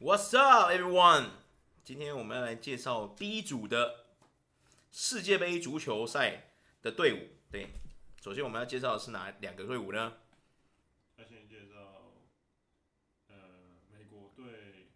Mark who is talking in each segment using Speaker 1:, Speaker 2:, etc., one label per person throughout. Speaker 1: What's up, everyone？今天我们要来介绍 B 组的世界杯足球赛的队伍。对，首先我们要介绍的是哪两个队伍呢？
Speaker 2: 那先介绍，呃，美国队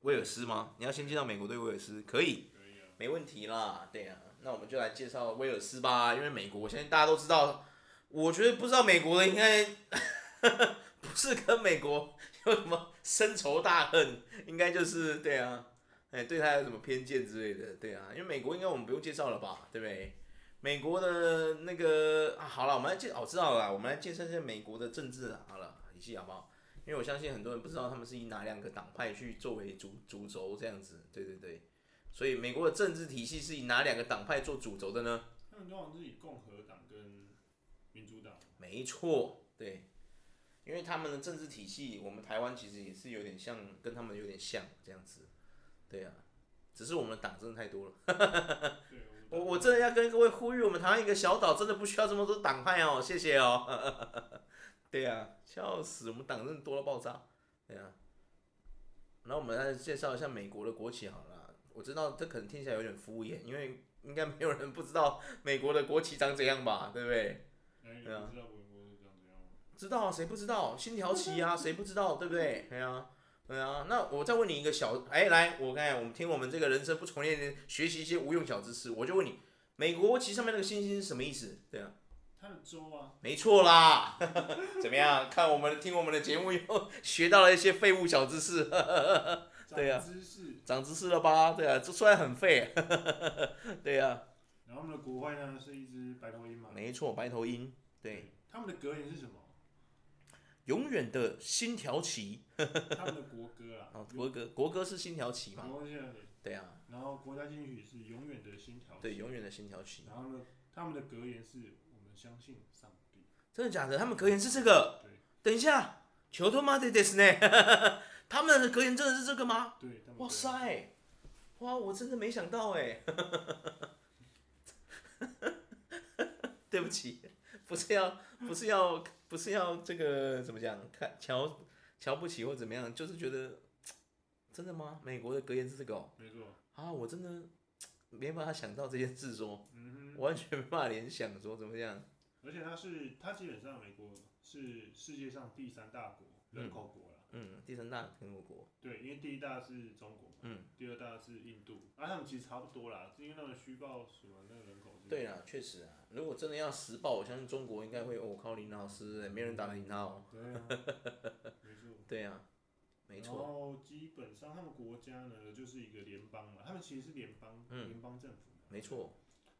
Speaker 1: 威尔斯吗？你要先介绍美国队威尔斯，可以，
Speaker 2: 可以啊，
Speaker 1: 没问题啦。对啊，那我们就来介绍威尔斯吧，因为美国现在大家都知道，我觉得不知道美国的应该 不是跟美国有什么深仇大恨，应该就是对啊，哎，对他有什么偏见之类的，对啊，因为美国应该我们不用介绍了吧，对不对？美国的那个啊，好了，我们来介，哦，知道了啦，我们来介绍一下美国的政治啊，好了，一起好不好？因为我相信很多人不知道他们是以哪两个党派去作为主主轴这样子，对对对，所以美国的政治体系是以哪两个党派做主轴的呢？
Speaker 2: 他们通常是以共和党跟民主党，
Speaker 1: 没错，对，因为他们的政治体系，我们台湾其实也是有点像，跟他们有点像这样子，对啊，只是我们的党真的太多了。
Speaker 2: 对，我们
Speaker 1: 我我真的要跟各位呼吁，我们台湾一个小岛真的不需要这么多党派哦，谢谢哦。 对啊，笑死，我们党真的多到爆炸。对啊，然后我们来介绍一下美国的国旗好了啦。我知道这可能听起来有点敷衍，因为应该没有人不知道美国的国旗长怎样吧，对不对？
Speaker 2: 哎，你
Speaker 1: 对啊
Speaker 2: 不知道美国是这样怎样吗？
Speaker 1: 知道啊，谁不知道？星条旗啊，谁不知道？对不对？对啊，对啊。那我再问你一个小，哎，来，我看我们听我们这个人生不重练，学习一些无用小知识。我就问你，美国国旗上面那个星星是什么意思？对啊，
Speaker 2: 他的州啊，
Speaker 1: 没错啦。 怎么样？看我们听我们的节目以后，学到了一些废物小知识。对啊
Speaker 2: 长知识，
Speaker 1: 长知识了吧？对啊，这虽然很废， 对啊，
Speaker 2: 然后他们的国徽呢是一只白头鹰嘛，
Speaker 1: 没错，白头鹰，对，，
Speaker 2: 他们的格言是什么？
Speaker 1: 永远的星条旗。
Speaker 2: 他们的国歌啊，
Speaker 1: 哦，国歌，国歌是星条旗嘛？
Speaker 2: 国歌，
Speaker 1: 对啊，
Speaker 2: 然后国家兴许是永远的新条，
Speaker 1: 对，，永远的星条旗。
Speaker 2: 然后呢，他们的格言是我们相信上帝，
Speaker 1: 真的假的？他们格言是这个？
Speaker 2: 对
Speaker 1: 等一下，球他妈的 this 呢？ 他们的格言真的是这个吗？
Speaker 2: 对，他们
Speaker 1: 啊哇
Speaker 2: 的，
Speaker 1: 塞，哇，我真的没想到哎。 对不起，不是要不是要不是要这个怎么讲？看瞧瞧不起或怎么样，就是觉得真的吗？美国的格言是这个、哦、
Speaker 2: 没错，
Speaker 1: 啊？我真的没办法想到这件事说，
Speaker 2: 嗯哼。
Speaker 1: 完全没办法联想说怎么样。
Speaker 2: 而且它是它基本上美国是世界上第三大国人口国啦，
Speaker 1: 嗯，第三大天国国，
Speaker 2: 对，因为第一大是中国嘛，
Speaker 1: 嗯，
Speaker 2: 第二大是印度，啊，他们其实差不多啦，因为他们虚报什么那个人口是，
Speaker 1: 对啊，确实啊，如果真的要实报，我相信中国应该会，哦我、靠林老师，没人打得赢他哦。
Speaker 2: 对啊，没错，
Speaker 1: 对啊， 没
Speaker 2: 然
Speaker 1: 错，
Speaker 2: 后基本上他们国家呢就是一个联邦嘛，他们其实是联邦，
Speaker 1: 嗯
Speaker 2: 联邦政府嘛，
Speaker 1: 没错，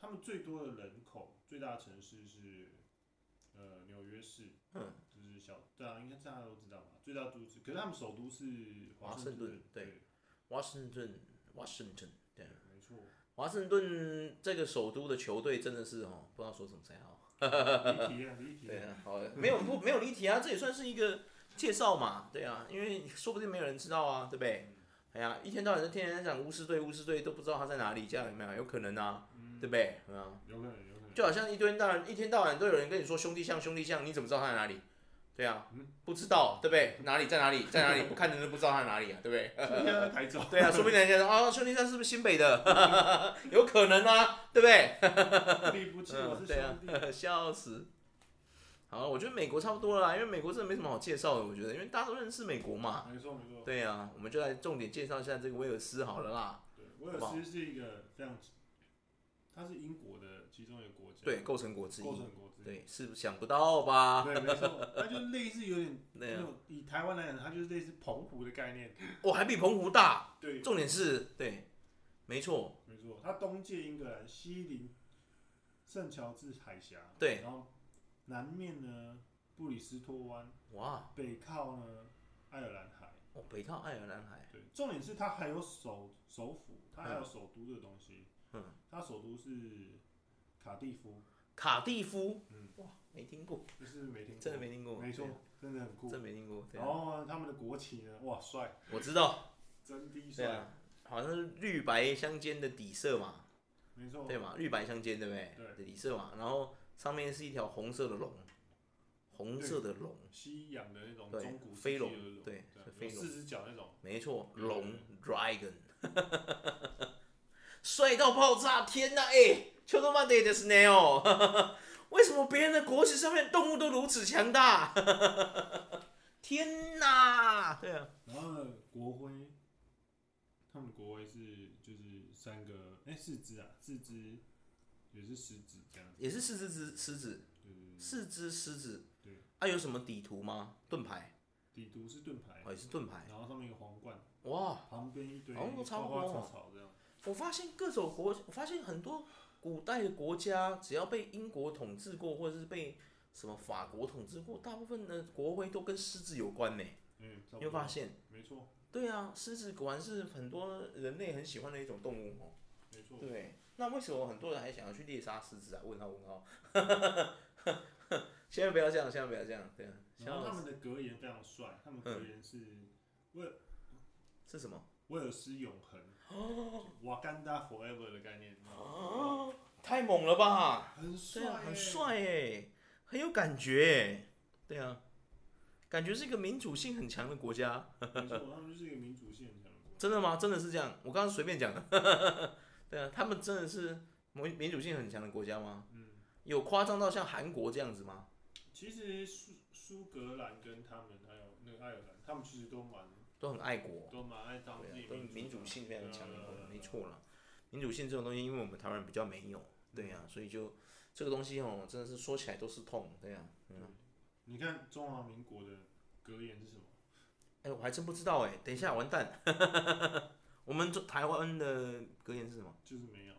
Speaker 2: 他们最多的人口，最大的城市是呃纽约市，
Speaker 1: 嗯，
Speaker 2: 就是小，对啊，应该大家都知道吧，最大都市，可是他们首都是
Speaker 1: 华盛顿对
Speaker 2: 对，
Speaker 1: 华盛顿，华盛顿，对啊，
Speaker 2: 没错。
Speaker 1: 华盛顿这个首都的球队真的是哦，不知道说什么才好。
Speaker 2: 离题啊，离题
Speaker 1: 对
Speaker 2: 啊。
Speaker 1: 啊，好，没有不没有离题啊，这也算是一个介绍嘛，对啊，因为说不定没有人知道啊，对不对？哎呀，一天到晚就天天在讲巫师队，巫师队都不知道他在哪里，这样有没有？有可能啊，对不对？对啊。
Speaker 2: 有可能，有可能。
Speaker 1: 就好像一堆大人一天到晚都有人跟你说兄弟像兄弟像，你怎么知道他在哪里？对啊，不知道，对不对？哪里在哪里，在哪 里？不看人都不知道他在哪里啊，对不对？
Speaker 2: 现在在台中，
Speaker 1: 对啊，说不定人家说啊、兄弟像是不是新北的？ 有可能啊，对不对？
Speaker 2: 你不记我
Speaker 1: 嗯，
Speaker 2: 是
Speaker 1: 对啊
Speaker 2: 兄弟。，
Speaker 1: 笑死。好，我觉得美国差不多了啦，因为美国真的没什么好介绍的，我觉得，因为大家都认识美国嘛。
Speaker 2: 没错没错，
Speaker 1: 对啊，我们就来重点介绍一下这个威尔斯好了啦。
Speaker 2: 对，威尔斯是一个非常，它是英国的其中一个国家，
Speaker 1: 对，，构成国之
Speaker 2: 构
Speaker 1: 一。
Speaker 2: 成国之一，
Speaker 1: 对，是想不到吧？
Speaker 2: 对，没错，它就是类似有点
Speaker 1: 对
Speaker 2: 那
Speaker 1: 啊，
Speaker 2: 种以台湾来讲，它就是类似澎湖的概念，
Speaker 1: 我还比澎湖大。
Speaker 2: 对，
Speaker 1: 重点是对，没错，
Speaker 2: 没错，它东界英格兰，西邻圣乔治海峡，
Speaker 1: 对
Speaker 2: 然后南面呢布里斯托湾，
Speaker 1: 哇，
Speaker 2: 北靠呢爱尔兰海。
Speaker 1: 哦，北靠爱尔兰海，
Speaker 2: 对，重点是它还有首首府，它还有首都的东西。
Speaker 1: 嗯，
Speaker 2: 它首都是卡蒂夫，
Speaker 1: 卡蒂夫，
Speaker 2: 嗯，
Speaker 1: 哇，没听过，
Speaker 2: 就是没听过，
Speaker 1: 真的没听过，
Speaker 2: 没错哦
Speaker 1: 对，
Speaker 2: 真的很酷。
Speaker 1: 真没听过，对
Speaker 2: 然
Speaker 1: 啊，
Speaker 2: 后呢他们的国旗呢，哇，帅，
Speaker 1: 我知道，
Speaker 2: 真的
Speaker 1: 对
Speaker 2: 帅，
Speaker 1: 啊，好像是绿白相间的底色嘛，
Speaker 2: 没错，
Speaker 1: 对嘛，绿白相间，对不对？
Speaker 2: 哦对
Speaker 1: 底色嘛，然后上面是一条红色的龙，红色的龙，
Speaker 2: 西洋的那种
Speaker 1: 对
Speaker 2: 中古世
Speaker 1: 飞
Speaker 2: 纪
Speaker 1: 龙
Speaker 2: 的龙，
Speaker 1: 对
Speaker 2: 啊
Speaker 1: 是飞
Speaker 2: 有
Speaker 1: 龙
Speaker 2: 四只脚那种，
Speaker 1: 没错，
Speaker 2: 嗯
Speaker 1: 龙 dragon，帅到爆炸！天哪，哎、欸，秋冬曼德的是 n 哦， 为什么别人的国旗上面动物都如此强大？ 天哪！对啊，
Speaker 2: 然后国徽，他们的国徽是就是三个，哎、四只啊，四只也是十指这样子，
Speaker 1: 也是四只狮狮子，
Speaker 2: 对对对，
Speaker 1: 四只狮子
Speaker 2: 对。
Speaker 1: 啊，有什么底图吗？盾牌，
Speaker 2: 底图是盾牌
Speaker 1: 哦，，也是盾牌。
Speaker 2: 然后上面一个皇冠，
Speaker 1: 哇，
Speaker 2: 旁边一堆
Speaker 1: 好
Speaker 2: 花
Speaker 1: 像都
Speaker 2: 花
Speaker 1: 差不多哦
Speaker 2: 草草这样，
Speaker 1: 我发现各种国，我发现很多古代的国家，只要被英国统治过，或者是被什么法国统治过，大部分的国徽都跟狮子有关呢、
Speaker 2: 嗯，差不
Speaker 1: 你会
Speaker 2: 多
Speaker 1: 发，现，
Speaker 2: 没错
Speaker 1: 对啊，狮子果然是很多人类很喜欢的一种动物哦。
Speaker 2: 没错，
Speaker 1: 对，那为什么很多人还想要去猎杀狮子啊？问号问号。 千万不要这样，千万不要这样，对啊，
Speaker 2: 然后他
Speaker 1: 像
Speaker 2: 们的格言非常帅，他们格言是威尔
Speaker 1: 是什么？
Speaker 2: 威尔斯永恒，
Speaker 1: 嗯
Speaker 2: 瓦干达 forever 的概念，
Speaker 1: 哦，太猛了吧！
Speaker 2: 很帅
Speaker 1: 对啊，
Speaker 2: 耶，
Speaker 1: 很帅哎、很有感觉哎、对啊，感觉是一个民主性很强的国家。
Speaker 2: 没错，他们就是一个民族性很强的国家。
Speaker 1: 真的吗？真的是这样？我刚刚随便讲的。 对啊，他们真的是民民主性很强的国家吗？
Speaker 2: 嗯，
Speaker 1: 有夸张到像韩国这样子吗？
Speaker 2: 其实苏苏格兰跟他们还有那个爱尔兰，他们其实都蛮
Speaker 1: 都很爱国，
Speaker 2: 都蛮爱当
Speaker 1: 对啊
Speaker 2: 自己，
Speaker 1: 都是民
Speaker 2: 主
Speaker 1: 主性非常强的国
Speaker 2: 对
Speaker 1: 家
Speaker 2: 啊，
Speaker 1: 没错啦。民主性这种东西，因为我们台湾人比较没有，对啊，所以就这个东西哦，真的是说起来都是痛，对啊，嗯。
Speaker 2: 你看中华民国的格言是什么？
Speaker 1: 哎、我还真不知道哎、等一下，完蛋！ 我们中台湾的格言是什么？
Speaker 2: 就是没有，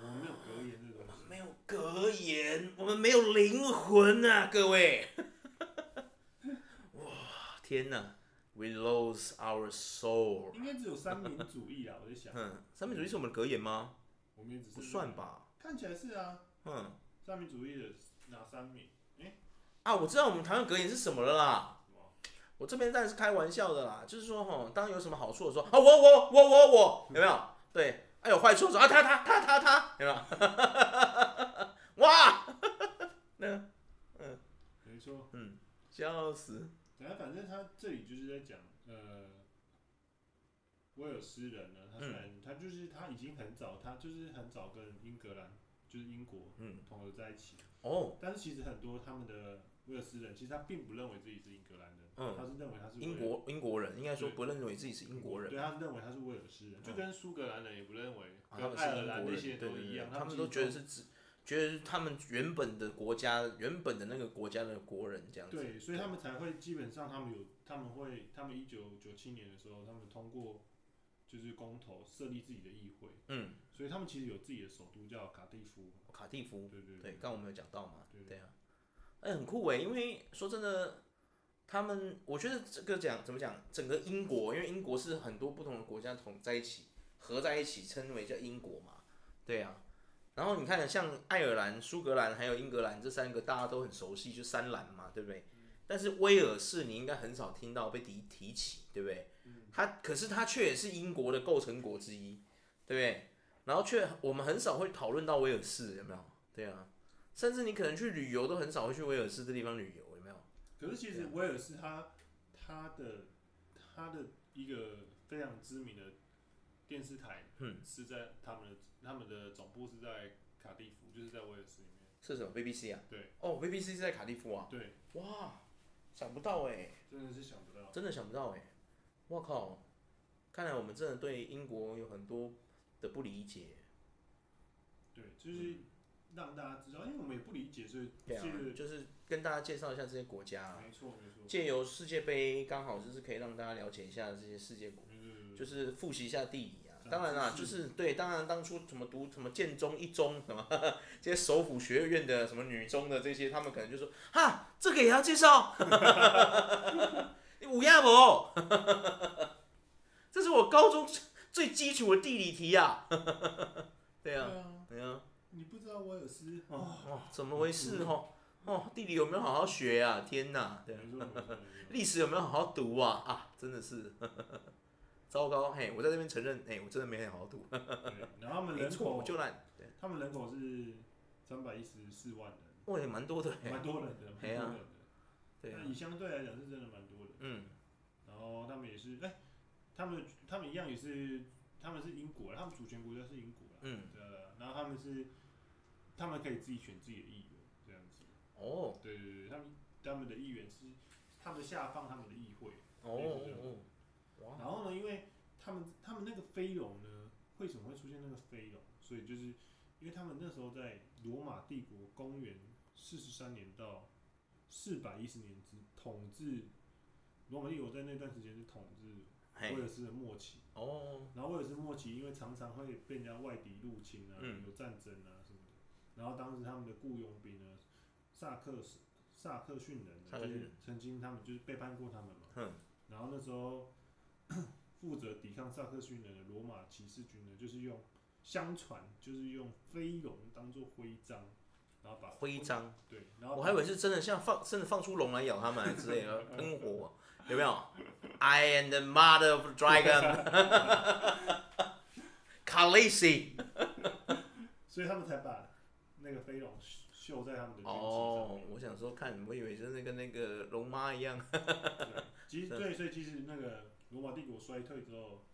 Speaker 2: 我们没有格言这东西。
Speaker 1: 没有格言，我们没有灵魂啊，各位！ 哇，天哪！We lose our soul。
Speaker 2: 应该只有三民主义啊！我在想，
Speaker 1: 哼，三民主义是我们的格言吗？
Speaker 2: 我们也只是
Speaker 1: 嗯不算，吧。嗯
Speaker 2: 看起来是啊。
Speaker 1: 哼，
Speaker 2: 三民主义的哪三民？
Speaker 1: 啊，我知道我们台湾格言是什么了啦。
Speaker 2: 什么？
Speaker 1: 我这边当然是开玩笑的啦，就是说吼，当有什么好处的时候，啊，我我我我我，有没有？对，啊，有坏处的时候，啊，他他他他他，有没 有？哇，
Speaker 2: 没错，
Speaker 1: 笑死！
Speaker 2: 等下反正他这里就是在讲，呃，威尔斯人啊呢，他
Speaker 1: 嗯
Speaker 2: 虽然、他就是他已经很早，他就是很早跟英格兰，就是英国
Speaker 1: 嗯，
Speaker 2: 统合在一起，
Speaker 1: 哦，
Speaker 2: 但是其实很多他们的威尔斯人，其实他并不认为自己是英格兰人，
Speaker 1: 嗯
Speaker 2: 他是认为他是威
Speaker 1: 英
Speaker 2: 尔
Speaker 1: 国英国人应该说
Speaker 2: 对
Speaker 1: 不认为自己是英国人，
Speaker 2: 对，他是认为他是威尔斯人，
Speaker 1: 嗯
Speaker 2: 就跟苏格兰人也不认为，
Speaker 1: 啊他
Speaker 2: 跟
Speaker 1: 们是
Speaker 2: 爱
Speaker 1: 英
Speaker 2: 尔兰
Speaker 1: 国
Speaker 2: 那
Speaker 1: 人，
Speaker 2: 些
Speaker 1: 对
Speaker 2: 都
Speaker 1: 对
Speaker 2: 一
Speaker 1: 对
Speaker 2: 样，，
Speaker 1: 他
Speaker 2: 们其
Speaker 1: 们都
Speaker 2: 实
Speaker 1: 觉得是自，觉得是他们原本的国家，原本的那个国家的国人这样子。
Speaker 2: 对，所以他们才会基本上他们有他们会他们一九九七年的时候，他们通过就是公投设立自己的议会，
Speaker 1: 嗯，
Speaker 2: 所以他们其实有自己的首都叫卡蒂夫，
Speaker 1: 卡蒂夫，
Speaker 2: 对对
Speaker 1: 对，刚刚我们有讲到嘛，
Speaker 2: 对
Speaker 1: 对啊，哎、很酷哎，因为说真的，他们我觉得这个讲怎么讲，整个英国，因为英国是很多不同的国家统在一起合在一起，称为叫英国嘛，对啊。然后你看，像爱尔兰、苏格兰还有英格兰这三个大家都很熟悉，就三蓝嘛，对不对？
Speaker 2: 嗯
Speaker 1: 但是威尔士你应该很少听到被提提起，对不对？
Speaker 2: 嗯
Speaker 1: 它可是它却也是英国的构成国之一，对不对？然后却我们很少会讨论到威尔士，有没有？对啊，甚至你可能去旅游都很少会去威尔士这地方旅游，有没有？
Speaker 2: 可是其
Speaker 1: 啊
Speaker 2: 实威尔士他他的他的一个非常知名的电视台，
Speaker 1: 嗯，
Speaker 2: 是在他们的他们的总部是在卡蒂夫，就是在威尔士里面，
Speaker 1: 是什么 BBC 啊？
Speaker 2: 对，
Speaker 1: 哦，BBC 是在卡蒂夫啊，
Speaker 2: 对，
Speaker 1: 哇，想不到哎、
Speaker 2: 真的是想不到，
Speaker 1: 真的想不到哎、我靠，看来我们真的对英国有很多的不理解，
Speaker 2: 对，就是让大家知道，因为我们也不理解，所以
Speaker 1: 嗯对啊
Speaker 2: 这个，
Speaker 1: 就是跟大家介绍一下这些国家啊、
Speaker 2: 没错没错，
Speaker 1: 借由世界杯刚好就是可以让大家了解一下这些世界国。
Speaker 2: 嗯
Speaker 1: 就是复习一下地理啊。
Speaker 2: 长
Speaker 1: 当然啦、
Speaker 2: 知
Speaker 1: 就
Speaker 2: 识
Speaker 1: 是对，当然当初什么读什么建中、一中什么 这些首府学院的什么女中的这些，他们可能就说哈，这个也要介绍， 你五亚博，这是我高中最最基础的地理题啊。 对
Speaker 2: 对
Speaker 1: 啊，
Speaker 2: 啊，
Speaker 1: 对啊，
Speaker 2: 你不知道威尔斯哦，
Speaker 1: 哦，怎么回事哦？哦，地理有没有好好学啊？天哪，对
Speaker 2: 没
Speaker 1: 啊。
Speaker 2: 错没错，没错
Speaker 1: 历史有没有好好读啊？啊，真的是， 糟糕！嘿，我在这边承认，哎、我真的没很好好读，
Speaker 2: 对然后他们
Speaker 1: 没
Speaker 2: 人
Speaker 1: 错，我
Speaker 2: 口，
Speaker 1: 就烂，对，
Speaker 2: 他们人口是三百一十四万人。
Speaker 1: 哇，也蛮多的、
Speaker 2: 蛮
Speaker 1: 欸，
Speaker 2: 多人的，蛮多人
Speaker 1: 哎呀
Speaker 2: 的。
Speaker 1: 对啊
Speaker 2: 那，你相对来讲是真的蛮多的。
Speaker 1: 嗯
Speaker 2: 然后他们也是，哎、他们他们一样也是，他们是英国啦，他们主权国家是英国啦，
Speaker 1: 嗯，
Speaker 2: 对啊对啊然后他们是，他们可以自己选自己的议员，这样子，
Speaker 1: 哦
Speaker 2: 对对对，他们他们的议员是他们下放他们的议会，
Speaker 1: 哦哦，哦哇，
Speaker 2: 然后呢，因为他们他们那个飞龙呢，为什么会出现那个飞龙？所以就是因为他们那时候在罗马帝国公元四十三年到四百一十年之统治，罗马帝国在那段时间是统治
Speaker 1: 嘿
Speaker 2: 威，尔斯的末期，
Speaker 1: 哦，
Speaker 2: 然后威尔斯末期因为常常会被人家外敌入侵啊，
Speaker 1: 嗯
Speaker 2: 有战争啊什么的，然后当时他们的雇佣兵呢，萨克斯萨克逊人
Speaker 1: 萨
Speaker 2: 呢，
Speaker 1: 克
Speaker 2: 就
Speaker 1: 逊人
Speaker 2: 是曾经他们就是背叛过他们嘛，
Speaker 1: 哼，
Speaker 2: 然后那时候负责抵抗萨克逊人的罗马骑士军呢，就是用相传就是用飞龙当做徽章，然后把
Speaker 1: 徽章，
Speaker 2: 对，然后
Speaker 1: 我
Speaker 2: 把
Speaker 1: 还以为是真的像放真的放出龙来咬他们还是之类 的，喷火，有没有？I am the mother of the dragon，卡雷 西，
Speaker 2: 所以他们才把那个飞龙绣在他们的军旗上
Speaker 1: 哦
Speaker 2: 面。，
Speaker 1: 我想说看，我以为真的跟那个龙妈一样，
Speaker 2: 对，其实
Speaker 1: 是
Speaker 2: 对，所以其实那个罗马帝国衰退之后，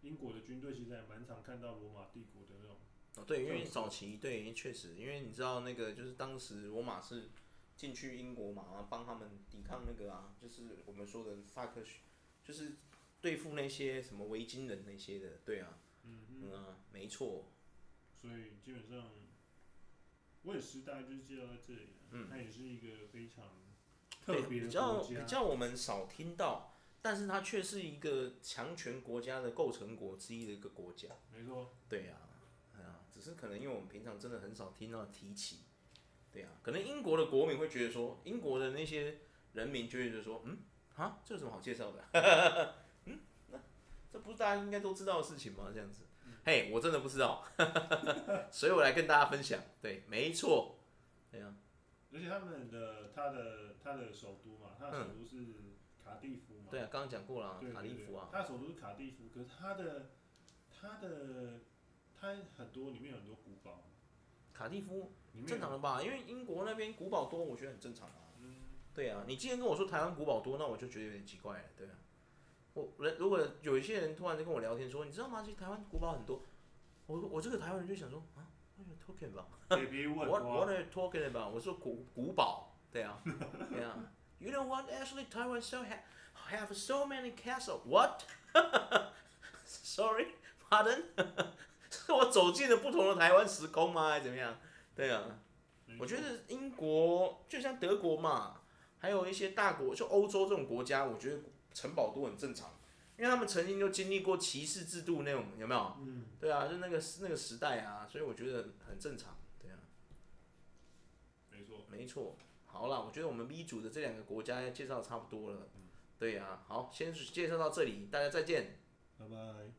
Speaker 2: 英国的军队其实还蛮常看到罗马帝国的那种，
Speaker 1: 哦，对，因为
Speaker 2: 特色
Speaker 1: 早期对，确实，因为你知道那个就是当时罗马是进去英国嘛，然后帮他们抵抗那个啊，就是我们说的萨克逊，就是对付那些什么维京人那些的，对啊，
Speaker 2: 嗯哼，
Speaker 1: 嗯啊，没错，
Speaker 2: 所以基本上我也是大概就是介绍到这里了。
Speaker 1: 嗯
Speaker 2: 它也是一个非常
Speaker 1: 对
Speaker 2: 特别
Speaker 1: 比
Speaker 2: 的
Speaker 1: 较
Speaker 2: 国
Speaker 1: 比
Speaker 2: 家，
Speaker 1: 较我们少听到，但是它却是一个强权国家的构成国之一的一个国家，
Speaker 2: 没错，
Speaker 1: 对啊，哎呀，只是可能因为我们平常真的很少听到提起，对啊，可能英国的国民会觉得说，英国的那些人民就会觉得说，嗯，啊，这有什么好介绍的？ 嗯，那这不是大家应该都知道的事情吗？这样子，嘿、我真的不知道， 所以我来跟大家分享。对，没错，对啊，
Speaker 2: 而且他们的它的它的首都嘛，它的首都是卡蒂夫嘛，
Speaker 1: 对啊，刚刚讲过了，
Speaker 2: 对
Speaker 1: 卡
Speaker 2: 对
Speaker 1: 利
Speaker 2: 对
Speaker 1: 夫啊，
Speaker 2: 它的首都是卡蒂夫，可是它的它的它很多里面有很多古堡，
Speaker 1: 卡利夫
Speaker 2: 里面
Speaker 1: 正常
Speaker 2: 有
Speaker 1: 的吧？因为英国那边古堡多，我觉得很正常啊。
Speaker 2: 嗯。
Speaker 1: 对啊，你今天跟我说台湾古堡多，那我就觉得有点奇怪了。对啊，我人如果有一些人突然就跟我聊天说，你知道吗？其实台湾古堡很多，我我这个台湾人就想说啊，what are you talking about？
Speaker 2: 也别问
Speaker 1: What
Speaker 2: 哇
Speaker 1: What are you talking about？我说古古堡，对啊，对啊。You know what? Actually, Taiwan so ha have so many castle. What? Sorry, pardon. 是我走进了不同的台湾时空吗？还是怎么样？对啊。
Speaker 2: 没
Speaker 1: 我觉
Speaker 2: 错
Speaker 1: 得英国就像德国嘛，还有一些大国，就欧洲这种国家，我觉得城堡都很正常，因为他们曾经就经历过骑士制度那种，有没有？
Speaker 2: 嗯，
Speaker 1: 对啊，就那个那个时代啊，所以我觉得很正常。对啊，
Speaker 2: 没错，
Speaker 1: 没错。好啦，我觉得我们 B 组的这两个国家介绍得差不多了。对啊，好，先介绍到这里，大家再见。
Speaker 2: 拜拜。